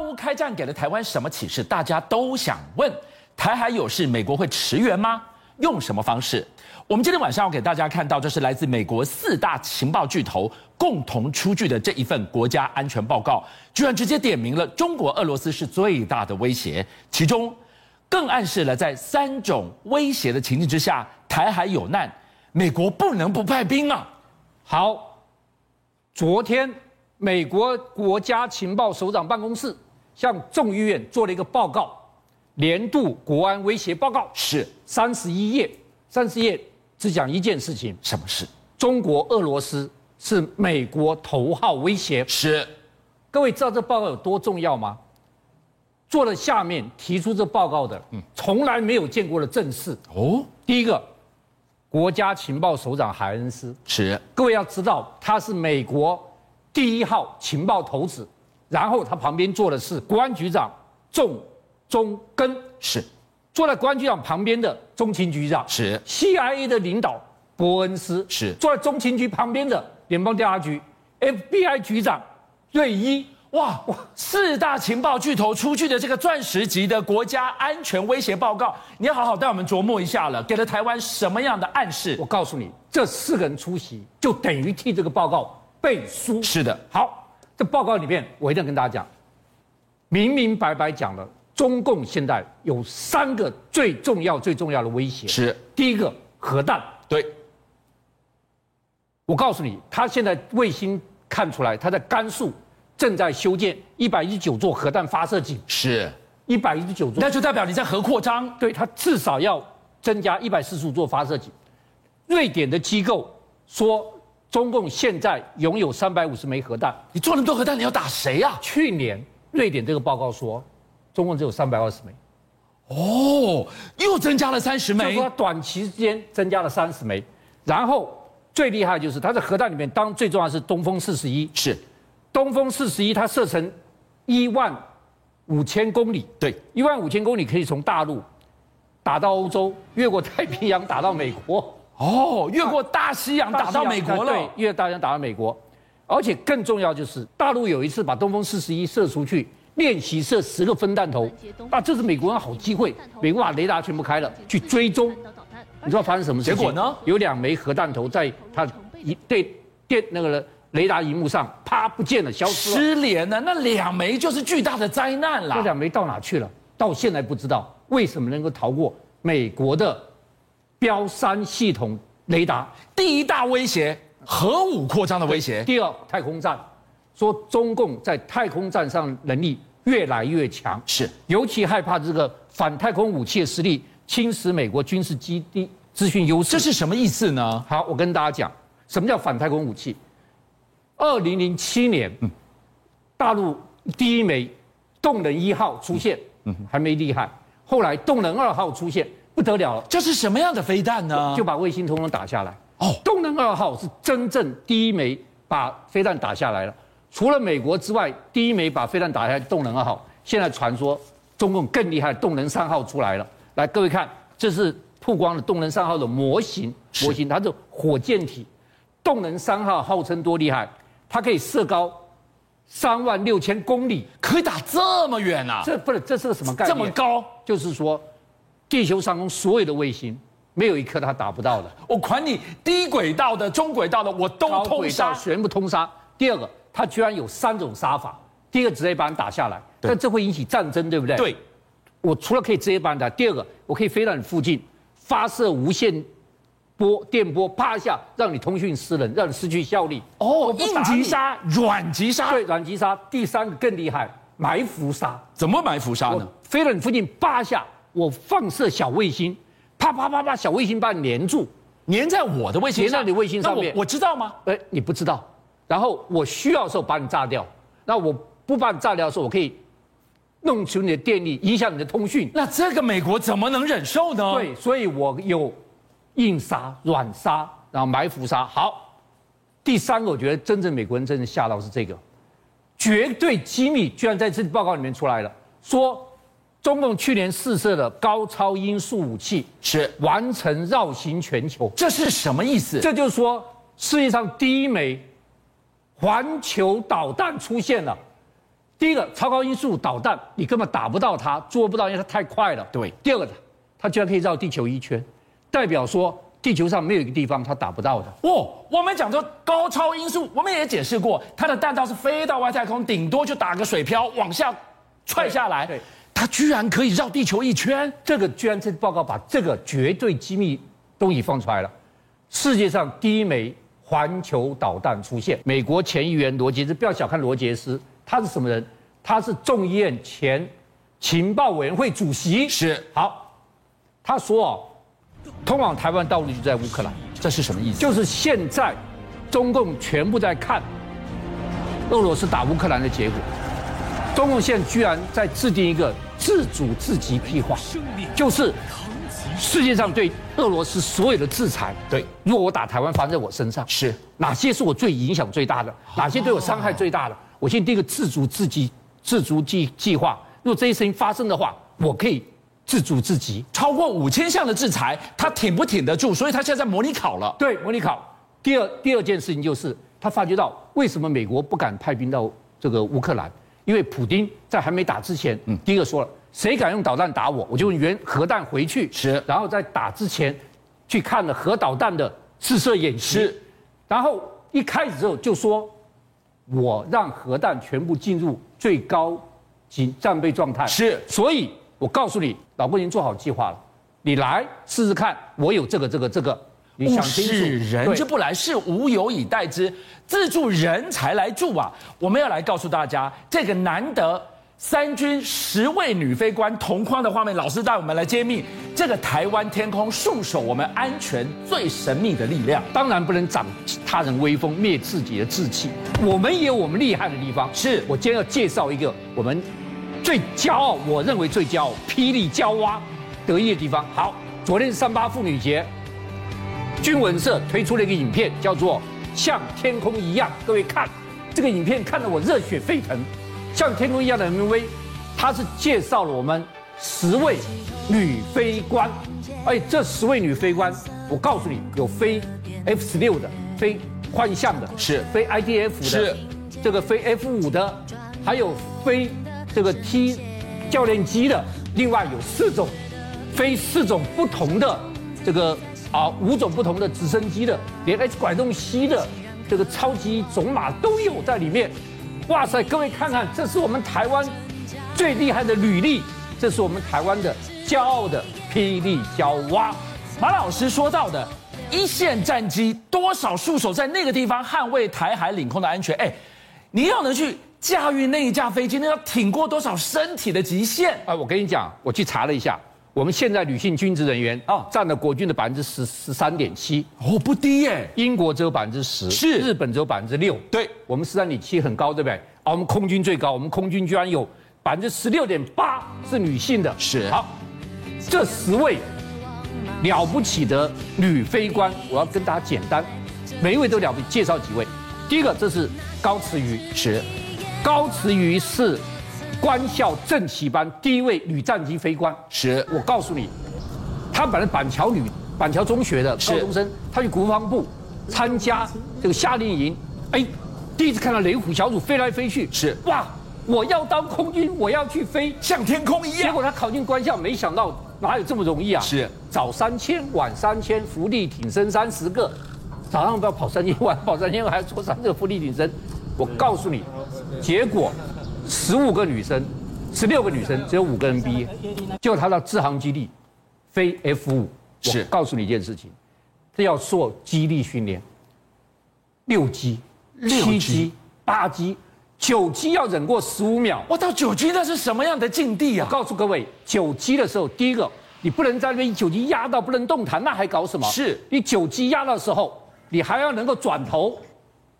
乌开战给了台湾什么启示？大家都想问。台海有事，美国会驰援吗？用什么方式？我们今天晚上要给大家看到，这是来自美国四大情报巨头共同出具的这一份国家安全报告，居然直接点明了中国、俄罗斯是最大的威胁，其中更暗示了在三种威胁的情境之下，台海有难，美国不能不派兵啊！好，昨天美国国家情报首长办公室向众议院做了一个报告，年度国安威胁报告，是三十一页，三十页只讲一件事情：什么事？中国、俄罗斯是美国头号威胁。是各位知道这报告有多重要吗？做了下面提出这报告的，从来没有见过的正事。哦，第一个，国家情报首长海恩斯，是各位要知道，他是美国第一号情报头子，然后他旁边坐的是国安局长仲中根，是坐在国安局长旁边的中情局长是 CIA 的领导伯恩斯是坐在中情局旁边的联邦调查局 FBI 局长瑞伊。哇哇！四大情报巨头出具的这个钻石级的国家安全威胁报告，你要好好带我们琢磨一下了，给了台湾什么样的暗示我？告诉你，这四个人出席就等于替这个报告背书。是的，好，这报告里面我一定要跟大家讲，明明白白讲了，中共现在有三个最重要、最重要的威胁。是第一个，核弹。对，我告诉你，他现在卫星看出来，他在甘肃正在修建一百一十九座核弹发射井，是，一百一十九座那。就代表你在核扩张，对，它至少要增加一百四十五座发射井。瑞典的机构说，中共现在拥有三百五十枚核弹。你做那么多核弹，你要打谁啊？去年瑞典这个报告说，中共只有三百二十枚，哦，又增加了三十就是枚说，它短期之间增加了三十枚。然后最厉害就是它的核弹里面，当最重要的是东风四十一，是东风四十一它射程一万五千公里，对，一万五千公里可以从大陆打到欧洲，越过太平洋打到美国。哦，啊越过大西洋打到美国对了，，越大洋打到美国，而且更重要就是大陆有一次把东风四十一射出去，练习射十个分弹头，啊，这是美国人好机会，美国把雷达全部开了去追踪，你知道发生什么事情？结果呢？有两枚核弹头在它一对电那个雷达荧幕上啪不见了，消失了，失联了，那两枚就是巨大的灾难这啦。两枚到哪去了？到现在不知道为什么能够逃过美国的标三系统雷达。第一大威胁，核武扩张的威胁，第二，太空站，说中共在太空站上能力越来越强，是尤其害怕这个反太空武器的实力侵蚀美国军事基地资讯优势。这是什么意思呢？好，我跟大家讲，什么叫反太空武器？二零零七年，嗯大陆第一枚动能一号出现，嗯还没厉害，后来动能二号出现，不得了了，这是什么样的飞弹呢？就把卫星通通打下来。啊哦，动能二号是真正第一枚把飞弹打下来了，除了美国之外，第一枚把飞弹打下来的动能二号。现在传说中共更厉害，动能三号出来了。来，各位看，这是曝光了动能三号的模型，是模型它是火箭体。动能三号号称多厉害，它可以射高三万六千公里，可以打这么远啊？这不是这是个什么概这念？么高，就是说，地球上空所有的卫星，没有一颗它打不到的。我管你低轨道的、中轨道的，我都高通轨道杀。全部通杀。第二个，他居然有三种杀法：第一个直接把你打下来，但这会引起战争，对不对？对，我除了可以直接把你打，第二个我可以飞到你附近，发射无线波电波，啪一下让你通讯失能，让你失去效力。我哦，不硬打急你，杀、软急杀，对，软击杀。第三个更厉害，埋伏杀。怎么埋伏杀我呢？飞到你附近啪一下，我放射小卫星，啪啪啪啪，小卫星把你连住。粘在我的卫星上，粘在你卫星上那我面我知道吗？哎，你不知道，然后我需要的时候把你炸掉，那我不把你炸掉的时候，我可以弄出你的电力，影响你的通讯。那这个美国怎么能忍受呢？，对，所以我有硬杀、软杀，然后埋伏杀。好，第三个，我觉得真正美国人真正吓到是这个，绝对机密居然在这报告里面出来了，说中共去年试射的高超音速武器是，完成绕行全球。这是什么意思？这就是说，世界上第一枚环球导弹出现了，第一个，超高音速导弹你根本打不到它，捉不到，因为它太快了。对第二个，它居然可以绕地球一圈，代表说地球上没有一个地方它打不到的。哦，我们讲说高超音速，我们也解释过，它的弹道是飞到外太空，顶多就打个水漂往下踹下来。对对它居然可以绕地球一圈。这个居然这次报告把这个绝对机密东西放出来了，世界上第一枚环球导弹出现。美国前议员罗杰斯，不要小看罗杰斯，他是什么人？他是众议院前情报委员会主席。是好，他说哦，通往台湾道路就在乌克兰。这是什么意思？就是现在，中共全部在看俄罗斯打乌克兰的结果。中共现在居然在制定一个自主自给计划，就是世界上对俄罗斯所有的制裁。对，如果我打台湾发生在我身上，是哪些是我最影响最大的，哪些对我伤害最大的？我先第一个自主自己自足计计划，如果这些事情发生的话，我可以自主自己。超过五千项的制裁，它挺不挺得住？所以它现在在模拟考了。对，模拟考。第二第二件事情就是，他发觉到为什么美国不敢派兵到这个乌克兰，因为普丁在还没打之前，嗯第一个说了，谁敢用导弹打我，我就用原核弹回去。是然后在打之前，去看了核导弹的试射演习。是，然后一开始之后就说，我让核弹全部进入最高级战备状态。是所以我告诉你，老郭已经做好计划了，你来试试看，我有这个这个这个。你物想清楚，是人对之不来，是无有以待之。自助人才来助啊！我们要来告诉大家，这个难得三军十位女飞官同框的画面，老师带我们来揭秘这个台湾天空，束手我们安全最神秘的力量。当然不能长他人威风，灭自己的志气。我们也有我们厉害的地方。是我今天要介绍一个我们最骄傲，我认为最骄傲，霹雳娇娃得意的地方。好，昨天是三八妇女节，军文社推出了一个影片，叫做《像天空一样》，各位看这个影片看得我热血沸腾。像天空一样的 MV，它是介绍了我们十位女飞官，而且这十位女飞官，我告诉你，有飞 F 十六的，飞幻象的，是飞 IDF 的，是这个飞 F 五的，还有飞这个 T 教练机的，另外有四种飞四种不同的这个啊五种不同的直升机的，连 H 拐动西的这个超级种马都有在里面。哇塞，各位看看，这是我们台湾最厉害的履历，这是我们台湾的骄傲的霹雳娇娃。马老师说到的一线战机，多少束手在那个地方捍卫台海领空的安全？哎，你要能去驾驭那一架飞机，那要挺过多少身体的极限？啊，我跟你讲，我去查了一下，我们现在女性军职人员哦啊，占了国军的百分之十十三点七，哦，不低耶、英国只有百分之十，是日本只有百分之六，对我们十三点七很高，对不对？啊，我们空军最高，我们空军居然有百分之十六点八是女性的，是好，这十位了不起的女飞官，我要跟大家简单，每一位都了不起，介绍几位。第一个，这是高慈瑜，是高慈瑜是官校正旗班第一位女战机飞官，是我告诉你，她本来板桥女板桥中学的是高中生，她去国防部参加这个夏令营，哎，第一次看到雷虎小组飞来飞去，是哇，我要当空军，我要去飞。像天空一结样。果她考进官校，没想到哪有这么容易啊？是早三千，晚三千，伏地挺身三十个，早上不要跑三千，晚上 跑三千，还要做三个伏地挺身。我告诉你，结果十五个女生，十六个女生，只有五个人毕业。结果她到制航基地飞 F 五，是我告诉你一件事情，这要做激励训练，六级、六级七级、八级、九级要忍过十五秒。我到九军那是什么样的境地啊我？告诉各位，九级的时候，第一个，你不能在那边九级压到不能动弹，那还搞什么？是你九级压到的时候，你还要能够转头，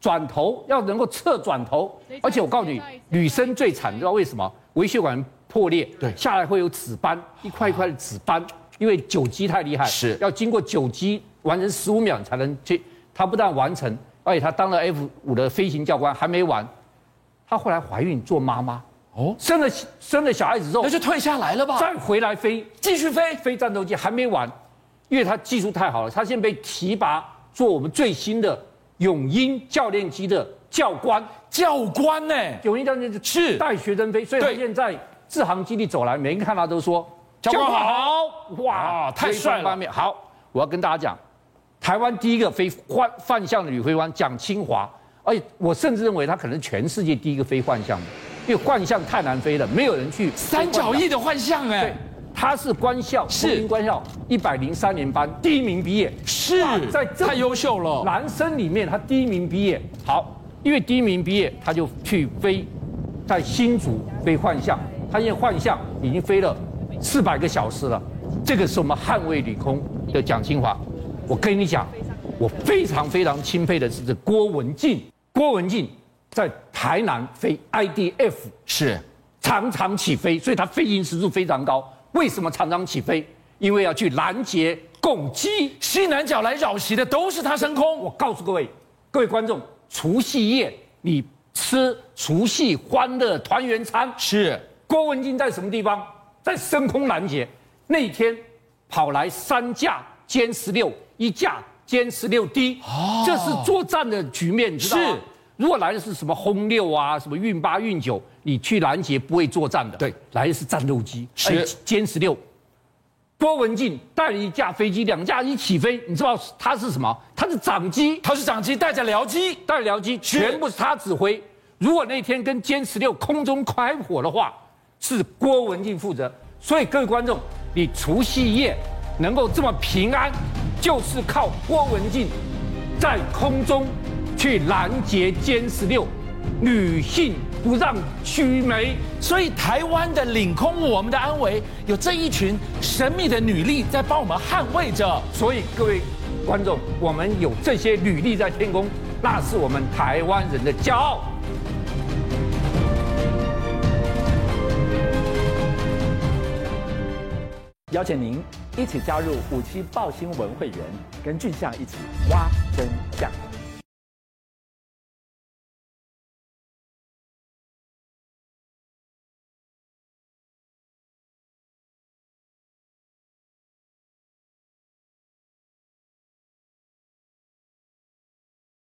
转头要能够侧转头，而且我告诉你，女生最惨，你知道为什么？微血管破裂，对下来会有紫斑，一块一块的紫斑，因为九级太厉害，是要经过九级完成十五秒你才能去。她不但完成，而且她当了 F 五的飞行教官还没完，她后来怀孕做妈妈。哦，生了生了小孩子之后那，就退下来了吧，再回来飞继续飞。飞战斗机还没完，因为他技术太好了，他现在被提拔做我们最新的永鹰教练机的教官，教官呢、九年教官就是带学生飞，所以他对现在自航基地走来，每个人看他都说教官好，哇，啊太飞帅帆了八面好，我要跟大家讲，台湾第一个飞幻幻象的女飞官蒋清华，而且我甚至认为她可能是全世界第一个飞幻象的，因为幻象太难飞了，没有人去飞三角幻象。翼的幻象哎、对，他是官校，是是官校一百零三年班第一名毕业，是哇在这太优秀了，男生里面他第一名毕业，好，因为第一名毕业，他就去飞，在新竹飞幻象，他现在幻象已经飞了四百个小时了，这个是我们捍卫领空的蒋清华。我跟你讲，我非常非常钦佩的是这郭文静，郭文静在台南飞 IDF 是常常起飞，所以它飞行时速非常高。为什么常常起飞？因为要去拦截共机。西南角来扰袭的都是他升空，我告诉各位，各位观众，除夕夜你吃除夕欢乐团圆餐，是郭文金在什么地方？在升空拦截。那一天跑来三架歼十六，一架歼十六 D，这是作战的局面，你知道吗哦是。如果来的是什么轰六啊，什么运八、运九，你去拦截不会作战的。对，来的是战斗机，是而且歼十六。郭文静带了一架飞机，两架一起飞，你知道它是什么？它是长机，他是长机带着僚机，带僚机全部是他指挥。如果那天跟歼十六空中开火的话，是郭文静负责。所以各位观众，你除夕夜能够这么平安，就是靠郭文静在空中去拦截歼十六，女性不让须眉。所以台湾的领空，我们的安危，有这一群神秘的女力在帮我们捍卫着。所以各位观众，我们有这些履历在天空，那是我们台湾人的骄傲。邀请您一起加入五七报新闻会员，跟俊相一起挖真相。